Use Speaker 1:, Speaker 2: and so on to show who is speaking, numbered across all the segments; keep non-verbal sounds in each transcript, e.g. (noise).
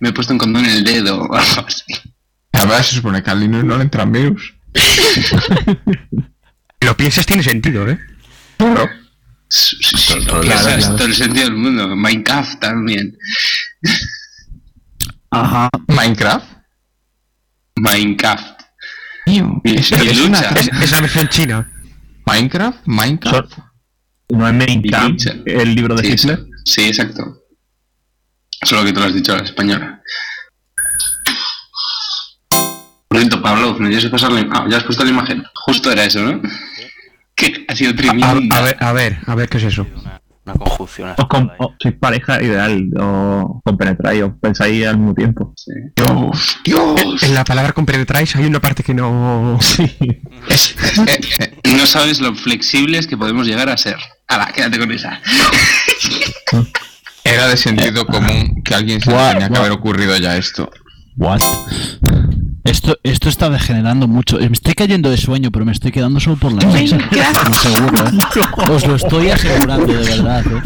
Speaker 1: me he puesto un condón en el dedo o algo así.
Speaker 2: Además, se supone que al Linux no le entran virus.
Speaker 3: Lo piensas tiene sentido, ¿eh?
Speaker 2: Claro.
Speaker 1: Sí, sí, sí,
Speaker 4: Todo- todo
Speaker 1: o sea,
Speaker 2: claro,
Speaker 1: es
Speaker 2: claro.
Speaker 1: todo el sentido del mundo. Minecraft también.
Speaker 4: Ajá.
Speaker 2: Minecraft.
Speaker 1: Minecraft.
Speaker 2: Tío,
Speaker 1: Y,
Speaker 2: es-
Speaker 1: y
Speaker 2: es una-
Speaker 1: lucha.
Speaker 3: Es, es la versión china.
Speaker 2: Minecraft, Minecraft.
Speaker 4: No es Mein
Speaker 1: Y
Speaker 4: Kampf,
Speaker 1: lucha.
Speaker 4: el libro de
Speaker 1: Sí,
Speaker 4: Hitler.
Speaker 1: eso- sí, exacto. Solo que tú lo has dicho a la española. Por cierto, Pablo, ¿me tienes que pasar la im- Ah, ya has puesto la imagen. Justo era eso, ¿no? Que ha sido
Speaker 3: A,
Speaker 1: tremenda.
Speaker 3: a ver, a ver, a ver qué es eso.
Speaker 5: Una, una conjunción.
Speaker 4: Os com-
Speaker 5: astral ahí.
Speaker 4: os sois pareja ideal, o compenetráis, os pensáis al mismo tiempo.
Speaker 1: Sí.
Speaker 2: Dios, Dios.
Speaker 3: En la palabra compenetráis hay una parte que no. (laughs)
Speaker 2: Es- eh, eh,
Speaker 1: No sabes lo flexibles que podemos llegar a ser. Ala, quédate con esa.
Speaker 2: era de
Speaker 4: Eh,
Speaker 2: sentido común que a alguien se le
Speaker 6: Guau,
Speaker 2: tenía que
Speaker 6: guau.
Speaker 2: haber ocurrido ya esto.
Speaker 6: What? Esto, esto está degenerando mucho. Me estoy cayendo de sueño, pero me estoy quedando solo por la risa. No seguro, ¿eh? Os lo estoy asegurando, de verdad. ¿eh?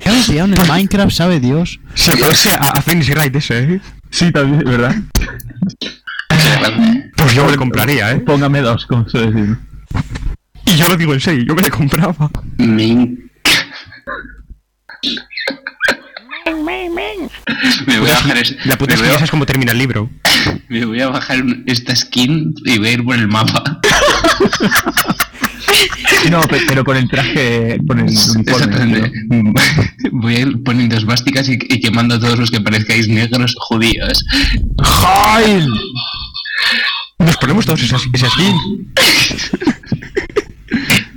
Speaker 6: ¿Qué habéis liado en el Minecraft, sabe Dios?
Speaker 3: Se parece a, a Phoenix Wright ese, ¿eh?
Speaker 4: Sí, también, ¿verdad?
Speaker 1: Qué grande.
Speaker 3: Pues yo me lo compraría, ¿eh?
Speaker 4: Póngame dos, como se decir.
Speaker 3: Y yo lo digo en serio, yo me lo compraba.
Speaker 1: Me- Me voy a bajar, es-
Speaker 3: La puta
Speaker 1: me
Speaker 3: es que
Speaker 1: voy
Speaker 3: ya
Speaker 1: a-
Speaker 3: sabes cómo termina el libro.
Speaker 1: me voy a bajar un- esta skin y voy a ir por el mapa. (laughs)
Speaker 4: No, pe- pero con el traje, con el uniforme.
Speaker 1: Exactamente.
Speaker 4: ¿no?
Speaker 1: Voy a ir poniendo esvásticas y, y quemando a todos los que parezcáis negros judíos.
Speaker 3: Nos ponemos todos esas, esas skin.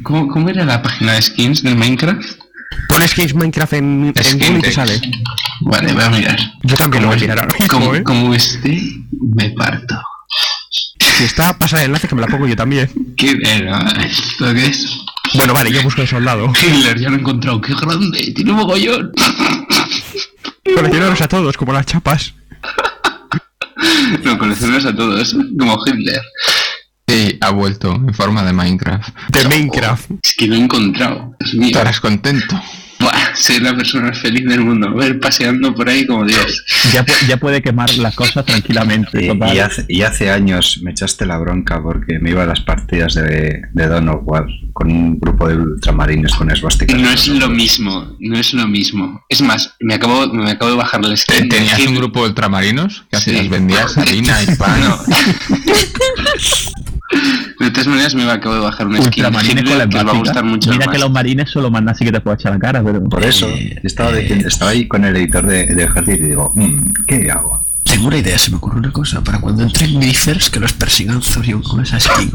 Speaker 1: ¿Cómo, cómo era la página de skins del Minecraft?
Speaker 3: Pones skins Minecraft en, en
Speaker 2: Skin
Speaker 3: Google y te
Speaker 2: text.
Speaker 3: sale.
Speaker 1: Vale, voy a mirar.
Speaker 3: Yo también lo voy a mirar ahora mismo,
Speaker 1: Como,
Speaker 3: ¿eh?
Speaker 1: como esté, me parto.
Speaker 3: Si está, pasa el enlace que me la pongo yo también.
Speaker 1: ¿Qué era esto? ¿Qué es?
Speaker 3: Bueno, vale, yo busco el soldado.
Speaker 1: Hitler, ya lo he encontrado. ¡Qué grande! ¡Tiene un mogollón! (laughs)
Speaker 3: Coleccionaros a todos, como las chapas.
Speaker 1: Lo coleccionas a todos, como Hitler.
Speaker 2: Sí, ha vuelto en forma de Minecraft.
Speaker 1: Oh.
Speaker 3: De Minecraft.
Speaker 1: Es que lo he encontrado. Dios mío.
Speaker 2: Estarás contento.
Speaker 1: Buah, soy la persona más feliz del mundo. Voy a ir paseando por ahí como Dios.
Speaker 4: Ya, pu- ya puede quemar las cosas tranquilamente.
Speaker 7: Y,
Speaker 4: total.
Speaker 7: y hace, y hace años me echaste la bronca porque me iba a las partidas de, de Dawn of War con un grupo de ultramarines con esvásticas.
Speaker 1: No es lo mismo, no es lo mismo. Es más, me acabo, me acabo de bajar la
Speaker 2: Te-
Speaker 1: skin. de
Speaker 2: Tenías un
Speaker 1: Hitler.
Speaker 2: grupo de ultramarinos que
Speaker 1: Sí.
Speaker 2: hacías, vendías harina
Speaker 1: (laughs)
Speaker 2: y pan.
Speaker 1: No. De todas maneras me acabo de bajar una skin de
Speaker 4: Ultramarines con la
Speaker 1: Hitler que os va a
Speaker 4: esvástica.
Speaker 1: gustar mucho
Speaker 4: Mira
Speaker 1: más.
Speaker 4: que los marines solo mandan así que te puedo echar la cara, pero.
Speaker 7: Por eso estaba, diciendo, estaba ahí con el editor de, de Ejercito y digo, "Mm, ¿qué hago?
Speaker 8: Tengo una idea, se me ocurre una cosa. Para cuando entren griffers, que los persigan Zorion con esa skin.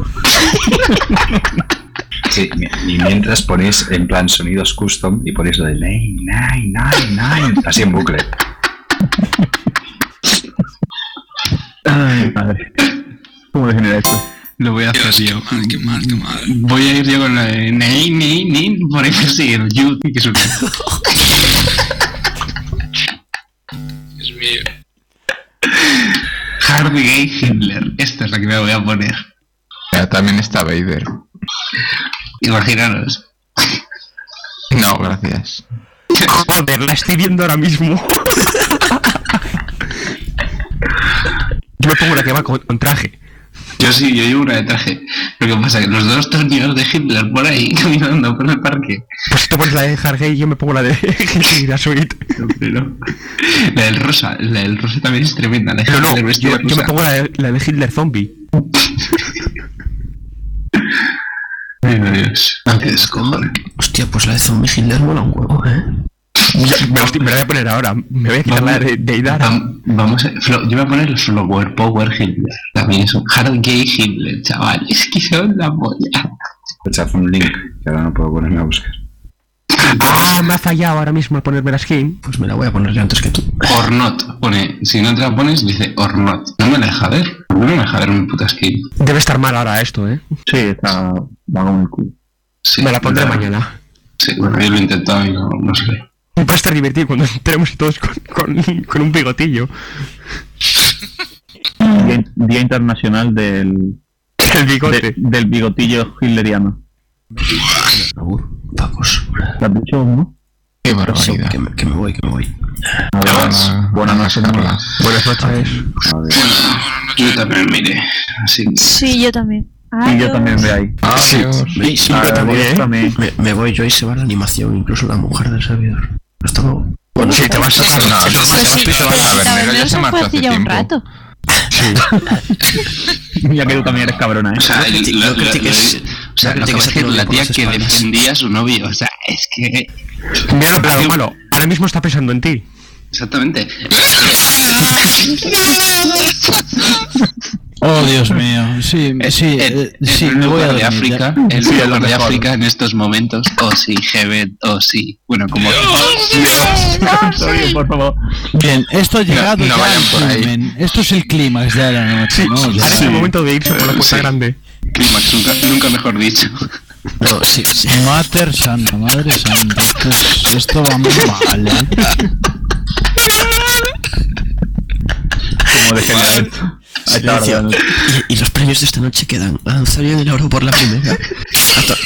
Speaker 7: Sí, mi- y mientras ponéis en plan sonidos custom y ponéis lo de nine, nine, nine, nine, así en bucle.
Speaker 4: Ay, madre. ¿Cómo degenera esto?
Speaker 1: Lo voy a hacer yo. Qué mal, qué mal. Voy a ir yo con la de Ney, Ney, Ney, por ahí perseguir. Yo, que es un- Dios mío. Hard Gay Hitler. Esta es la que me voy a poner.
Speaker 2: Ya, también está Vader.
Speaker 1: Imaginaros.
Speaker 2: No, gracias.
Speaker 3: Joder, la estoy viendo ahora mismo. Yo me pongo la que va con, con traje.
Speaker 1: Yo sí, yo llevo una de traje. Lo que pasa es que los dos tornillos de Hitler por ahí (laughs) caminando por el parque.
Speaker 3: Pues si tú pones la de Hargay, yo me pongo la de (laughs) Hitler Suite.
Speaker 1: Pero- La del rosa, la del rosa también es tremenda. La de
Speaker 3: Pero no,
Speaker 1: Hitler vestida
Speaker 3: yo,
Speaker 1: de
Speaker 3: yo me
Speaker 1: rosa.
Speaker 3: pongo la de, la de Hitler Zombie.
Speaker 1: Ay, no, Dios. Ah, qué descojones.
Speaker 8: Hostia, pues la de Zombie Hitler mola un huevo, ¿eh?
Speaker 3: Ya, me, la estoy- me la voy a poner ahora. Me voy a quitar la de, de Idara.
Speaker 1: Vam- Vamos a, Flo- yo voy a poner los solo Power, Power Hitler. También es un Hard Gay Hitler, chaval. Es que son la polla.
Speaker 7: Echad un link, que ahora no puedo ponerme a buscar.
Speaker 3: Ah, me ha fallado ahora mismo al ponerme la skin.
Speaker 8: Pues me la voy a poner yo antes que tú.
Speaker 1: Or not. Pone, si no te la pones, dice or not. No me la deja ver. No me deja ver mi puta skin.
Speaker 3: Debe estar mal ahora esto, ¿eh?
Speaker 4: Sí, está. Va con el culo.
Speaker 1: Sí,
Speaker 3: Me la pondré
Speaker 1: pero-
Speaker 3: mañana.
Speaker 1: Sí, bueno, yo lo he intentado y no, no sé.
Speaker 3: Va a estar divertido cuando entremos todos con, con- con un bigotillo.
Speaker 4: Día, Día internacional del.
Speaker 3: (laughs) El bigote.
Speaker 4: de- del bigotillo hitleriano.
Speaker 8: Abur, Pacos.
Speaker 4: ¿Lo has dicho, no?
Speaker 2: Qué
Speaker 8: Sí,
Speaker 2: barbaridad.
Speaker 8: que, me, que me voy, que me voy.
Speaker 2: Adiós. Buenas noches, Carla.
Speaker 3: Buenas noches.
Speaker 1: Yo también miré. Así que-
Speaker 5: Sí, yo también.
Speaker 4: Y yo también me ahí.
Speaker 2: Adiós.
Speaker 8: Sí, sí,
Speaker 4: Ah,
Speaker 8: yo también.
Speaker 3: ¿eh?
Speaker 4: vos también.
Speaker 8: Me, me voy yo y se va la animación, incluso la mujer del servidor. Hasta luego. Bueno, sí, te vas a...
Speaker 2: No, no,
Speaker 5: Pues sí,
Speaker 2: a
Speaker 5: la
Speaker 2: ver, ya
Speaker 5: Bermejo
Speaker 2: se
Speaker 5: fue
Speaker 2: marchó hace
Speaker 5: hace ya un
Speaker 2: tiempo.
Speaker 5: rato.
Speaker 4: Mira que tú también eres cabrona,
Speaker 1: O
Speaker 4: ¿eh?
Speaker 1: sea,
Speaker 8: No
Speaker 1: el- la- la- la-
Speaker 8: critiques-
Speaker 1: o sea,
Speaker 8: no
Speaker 1: lo que
Speaker 8: critiques
Speaker 1: pasa es que
Speaker 8: a tu
Speaker 1: la
Speaker 8: novio por
Speaker 1: tía
Speaker 8: las
Speaker 1: que
Speaker 8: espaldas.
Speaker 1: defendía a su novio, o sea, es que...
Speaker 3: Mira lo malo, malo. Ahora mismo está pensando en ti.
Speaker 1: Exactamente.
Speaker 6: Oh, Dios mío. Sí, sí,
Speaker 1: En-
Speaker 6: (laughs) eh,
Speaker 1: en
Speaker 6: sí,
Speaker 1: el
Speaker 6: me voy a
Speaker 1: lugar de
Speaker 6: dormir ya.
Speaker 1: África, el lugar de África en estos momentos, o sí, Gebet, o sí, bueno, como...
Speaker 5: (laughs)
Speaker 4: Oye, por favor.
Speaker 6: Bien, esto ha llegado
Speaker 2: no
Speaker 6: ya
Speaker 2: vayan por
Speaker 6: al
Speaker 2: ahí.
Speaker 6: culmen. Esto es el clímax ya de la noche, ¿no? Ya.
Speaker 3: Ahora es el momento de irse por la puerta
Speaker 1: Sí.
Speaker 3: grande.
Speaker 1: Clímax, nunca, nunca mejor dicho.
Speaker 8: No, sí, sí.
Speaker 6: Mater santa, madre santa. Esto, es- esto va muy mal, ¿eh?
Speaker 4: Como degenera esto. A esta hora de la noche.
Speaker 8: Y, y los premios de esta noche Ah, quedan a Antonio del Oro por la primera. A to-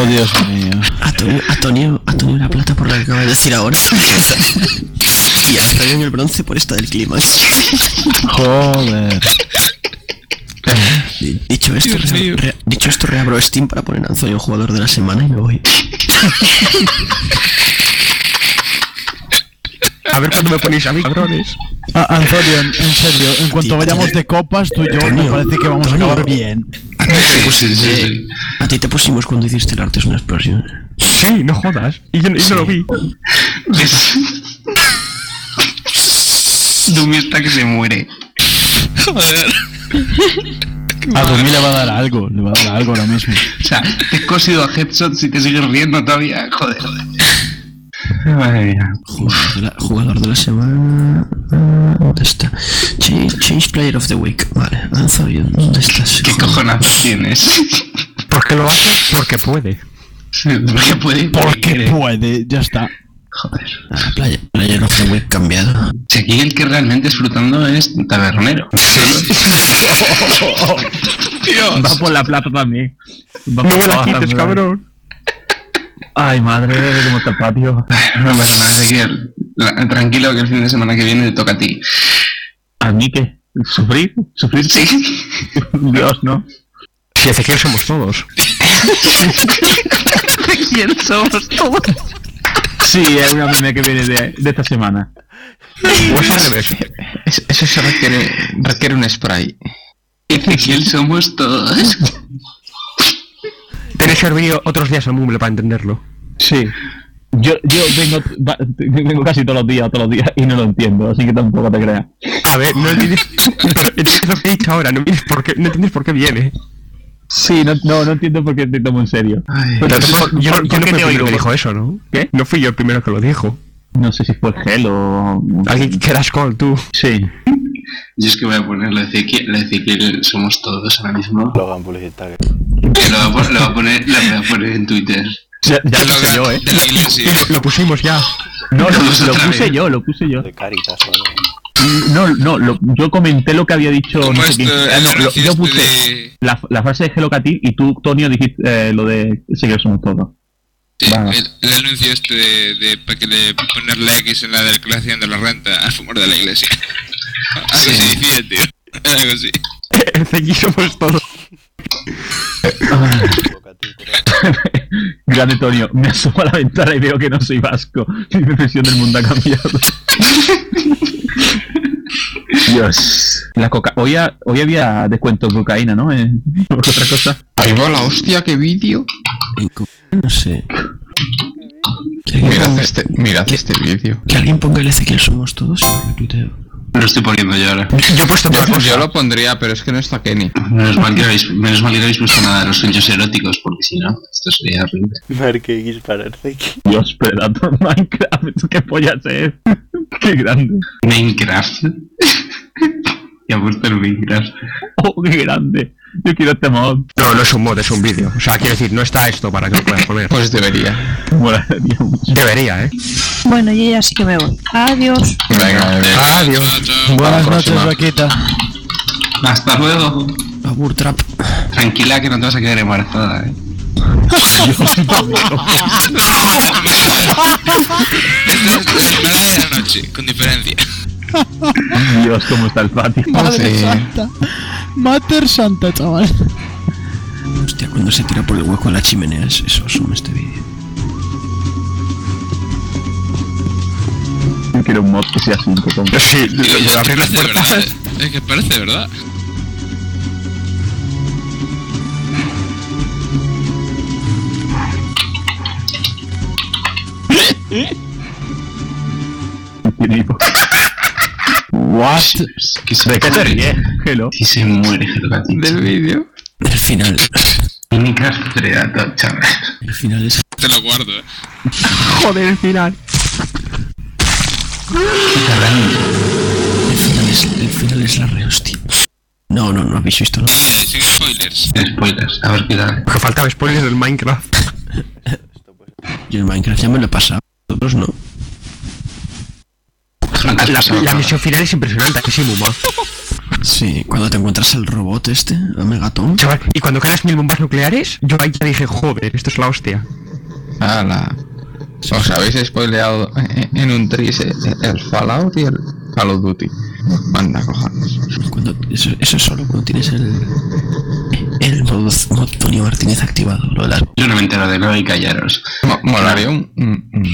Speaker 6: Oh, Dios mío.
Speaker 8: A Tonio, a Tonio, a Tonio la plata por la que acaba de decir ahora. y a Tonio el bronce por esta del clima.
Speaker 6: Joder.
Speaker 8: Di- Dicho esto, re- re- dicho esto, reabro Steam para poner a Antonio jugador de la semana y me voy.
Speaker 3: A ver cuándo me ponéis a mí, cabrones.
Speaker 6: Ah, Antonio, en en serio, en cuanto
Speaker 8: Tío,
Speaker 6: vayamos
Speaker 8: tío.
Speaker 6: de copas, tú y yo, me
Speaker 8: Antonio,
Speaker 6: parece que vamos a
Speaker 8: Antonio.
Speaker 6: acabar bien.
Speaker 1: Sí, sí, sí.
Speaker 8: A ti te pusimos cuando hiciste el arte es una explosión.
Speaker 3: Sí, no jodas. Y yo, y yo no lo vi.
Speaker 1: Dumi está que se muere.
Speaker 6: A Dumi le va a dar algo, le va a dar algo ahora mismo.
Speaker 1: O sea, te he cosido a headshots y te sigues riendo todavía. Joder, joder. Madre mía.
Speaker 8: Jugador de la, jugador de la semana. ah, ¿Dónde está? Change, change player of the week. Vale, Antonio, ¿dónde estás?
Speaker 1: ¿Qué cojonazos
Speaker 6: (laughs)
Speaker 1: tienes?
Speaker 3: ¿Por qué lo hace? Porque puede.
Speaker 1: Porque puede.
Speaker 6: Porque puede, ya está.
Speaker 1: Joder.
Speaker 8: Ah, player, player of the week cambiado.
Speaker 1: Si aquí el que realmente es frutando es tabernero.
Speaker 9: (laughs)
Speaker 4: Va
Speaker 1: pues,
Speaker 4: por la plata también. Va
Speaker 3: No
Speaker 4: por
Speaker 3: me la
Speaker 4: plata
Speaker 3: quites,
Speaker 4: también.
Speaker 3: cabrón.
Speaker 4: Ay, madre, cómo está el patio.
Speaker 1: No pasa nada, Ezequiel. La- Tranquilo que el fin de semana que viene te toca a ti.
Speaker 4: ¿A mí qué? ¿Sufrir? ¿Sufrir?
Speaker 1: Sí.
Speaker 4: Dios, no.
Speaker 3: Si Ezequiel somos todos.
Speaker 4: Sí, es una meme que viene de, de esta semana.
Speaker 2: Pues al revés. Es- Eso se requiere, requiere un spray.
Speaker 1: (laughs) Ezequiel somos todos.
Speaker 3: Tenéis que haber venido otros días a Mumble para entenderlo.
Speaker 4: Sí. Yo, yo vengo, va- vengo casi todos los días, todos los días, y no lo entiendo, así que tampoco te creas.
Speaker 3: A ver,
Speaker 4: (laughs)
Speaker 3: no entiendes, no entiendes lo que he dicho ahora, no, entiendes por qué, no entiendes por qué viene.
Speaker 4: Sí, no, no, no entiendo por qué te tomo en serio.
Speaker 3: Pero tampoco- yo,
Speaker 4: ¿por
Speaker 3: no- yo
Speaker 4: qué
Speaker 3: no fui
Speaker 4: te
Speaker 3: el primero
Speaker 4: oigo?
Speaker 3: que dijo eso, ¿no?
Speaker 4: ¿Qué?
Speaker 3: No fui yo el primero que lo dijo.
Speaker 4: No sé si fue gel o...
Speaker 3: Alguien que eras con tú.
Speaker 4: Sí.
Speaker 1: Yo es que voy a ponerlo Ezequiel, Ezequiel somos todos ahora mismo.
Speaker 10: Lo hagan publicitario.
Speaker 1: Que Lo voy a, pon- lo voy a poner, lo voy a poner en Twitter.
Speaker 4: Ya, ya lo sé yo, ¿eh?
Speaker 3: Lo, lo pusimos ya.
Speaker 4: No, lo,
Speaker 1: Vamos
Speaker 4: lo
Speaker 1: otra
Speaker 4: puse
Speaker 1: vez.
Speaker 4: yo, lo puse yo.
Speaker 10: De Caritas o algo.
Speaker 5: (laughs)
Speaker 4: No, no, lo- yo comenté lo que había dicho... No sé quién. Ah, no, lo- yo puse la, la frase de Hello Kitty y tú, Tonio, dijiste eh, lo de seguir somos todos.
Speaker 9: Sí,
Speaker 4: Va.
Speaker 9: el, el anuncio este de, de, pa' que de ponerle X en la declaración de la renta a favor de la iglesia. (laughs) Algo así decía, tío. Algo así.
Speaker 3: Ezequiel somos todos.
Speaker 4: Grande Tonio, me asomo a la ventana y veo que no soy vasco. Mi percepción del mundo ha cambiado. Dios. La coca hoy, ha- hoy había descuento de cocaína, ¿no? Eh, por otra cosa.
Speaker 2: Ahí va la hostia, qué vídeo.
Speaker 8: No sé.
Speaker 2: Mirad este, mirad este vídeo.
Speaker 8: Que alguien ponga el Ezequiel somos todos y lo retuiteo.
Speaker 1: Lo estoy poniendo yo ahora.
Speaker 3: Yo he puesto otra
Speaker 2: Yo, yo
Speaker 3: cosa.
Speaker 2: lo pondría, pero es que no está Kenny.
Speaker 1: Menos mal que no habéis, menos mal que no habéis puesto nada de los sueños eróticos, porque si no, esto sería horrible.
Speaker 10: Marque X para Ezequiel.
Speaker 4: Dios, Predator Minecraft, qué pollas es. Qué grande.
Speaker 1: Minecraft. (laughs) y ha puesto el Minecraft.
Speaker 4: Oh, qué grande. Yo quiero este mod.
Speaker 3: No, no es un mod, es un vídeo. O sea, quiero decir, no está esto para que lo puedas poner.
Speaker 2: Pues debería.
Speaker 4: Molaría mucho.
Speaker 3: Debería, ¿eh?
Speaker 5: Bueno, yo ya sí que me voy. Adiós.
Speaker 2: Venga, adiós.
Speaker 3: Adiós.
Speaker 9: Chao, chao.
Speaker 2: la
Speaker 6: Buenas noches,
Speaker 2: próxima.
Speaker 6: Vaquita.
Speaker 1: Hasta luego.
Speaker 8: Abur Trap.
Speaker 9: (laughs)
Speaker 1: Tranquila que no te vas a quedar embarazada, eh.
Speaker 9: Esta es la desvelada de la noche, con diferencia.
Speaker 4: Dios, cómo está el patio.
Speaker 6: Madre
Speaker 2: Sí.
Speaker 6: santa. Mater santa, chaval.
Speaker 8: Hostia, cuando se tira por el hueco a la chimenea, es- eso suma este vídeo.
Speaker 4: Yo quiero un mod que sea 5, toma.
Speaker 3: Sí,
Speaker 9: Digo,
Speaker 3: lo-
Speaker 9: yo,
Speaker 3: lo abrir las
Speaker 9: parece verdad,
Speaker 3: puertas.
Speaker 9: eh. Es que parece verdad.
Speaker 4: Tiene hipo. What? ¿De
Speaker 1: Que se
Speaker 4: qué te ríes? Hello.
Speaker 1: Si se muere Helocatito.
Speaker 2: del vídeo.
Speaker 8: El final,
Speaker 1: Minecraft Predator, chaval.
Speaker 8: el final es
Speaker 9: Te lo guardo, eh.
Speaker 3: Joder, el final.
Speaker 8: El final es, el final es la rehostia. No, no, no habéis visto nada.
Speaker 9: Eh, sin spoilers.
Speaker 1: Spoilers, a ver qué tal.
Speaker 3: Porque faltaba spoilers del Minecraft.
Speaker 8: Yo el Minecraft ya me lo he pasado. Vosotros no.
Speaker 1: Frank, has
Speaker 3: La,
Speaker 1: pasado
Speaker 3: la
Speaker 1: todo.
Speaker 3: misión final es impresionante, que sí, Mumba.
Speaker 8: Sí, cuando te encuentras al robot este, a Megaton.
Speaker 3: Chaval, y cuando caen las mil bombas nucleares, yo ahí ya dije, joder, esto es la hostia.
Speaker 2: Ala. Os habéis spoileado en- en un tris el el Fallout y el Call of Duty. Manda cojones.
Speaker 8: Cuando, eso, eso es solo cuando tienes el. El modo, modo Tony Martínez activado. Lo de las-
Speaker 1: Yo no me entero de nada y callaros.
Speaker 2: Mo- Molaría un, un- un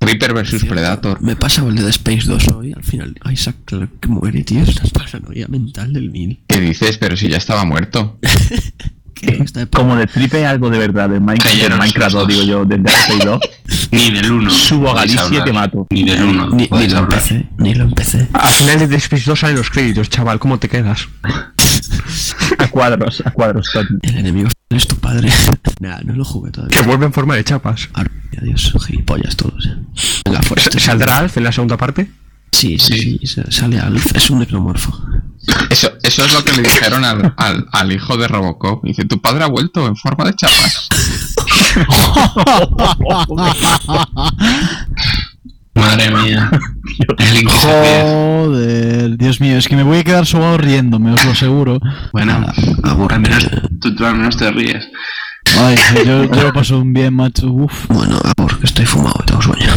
Speaker 2: Creeper versus Predator.
Speaker 8: Me pasa el de Dead Space 2 hoy. Al final, Isaac Clarke que muere, tío. Es una paranoia mental del mil.
Speaker 2: ¿Qué dices? Pero si ya estaba muerto.
Speaker 8: Que está de p-
Speaker 4: Como de tripe algo de verdad de Minecraft,
Speaker 1: Cayeron
Speaker 4: de
Speaker 1: los
Speaker 4: Minecraft
Speaker 1: dos.
Speaker 4: digo yo, desde Arte 2.
Speaker 1: Ni del 1.
Speaker 4: Subo a Galicia que mato.
Speaker 1: Ni del 1.
Speaker 8: Ni, ni lo empecé, ni lo empecé.
Speaker 3: Al final de Dead Space 2 salen los créditos, chaval, ¿cómo te quedas?
Speaker 4: A cuadros, a cuadros, Tony.
Speaker 8: El enemigo es tu padre. (laughs) nah, no lo jugué todavía.
Speaker 3: Que vuelve en forma de chapas.
Speaker 8: Ahora, adiós, gilipollas todos. eh. Venga, fuera.
Speaker 3: S- ¿Saldrá Alf en la segunda parte?
Speaker 8: Sí, sí, sí, sa- sale Alf, es un necromorfo.
Speaker 2: Eso, eso es lo que le dijeron al, al, al hijo de Robocop. Dice, tu padre ha vuelto en forma de chapas.
Speaker 1: Madre (laughs) mía. El link que se
Speaker 4: Oh.
Speaker 1: pierde.
Speaker 6: Joder, Dios mío, es que me voy a quedar sobado riéndome, os lo aseguro.
Speaker 1: Bueno, al menos, tú, tú al menos te ríes.
Speaker 6: Ay, yo, yo lo paso un bien, macho. Uf.
Speaker 8: Bueno, ah, porque estoy fumado, tengo sueño.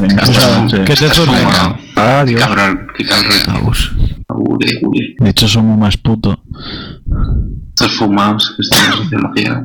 Speaker 4: Venga,
Speaker 1: O sea,
Speaker 4: sí.
Speaker 6: ¿Qué te
Speaker 1: Estás
Speaker 6: sorprende?
Speaker 1: fumado. Qué
Speaker 3: Adiós.
Speaker 1: cabrón, qué cabrón.
Speaker 8: Vamos.
Speaker 1: Ure, ure.
Speaker 6: De hecho, somos más puto.
Speaker 1: Estos fumados que estamos haciendo la fiesta.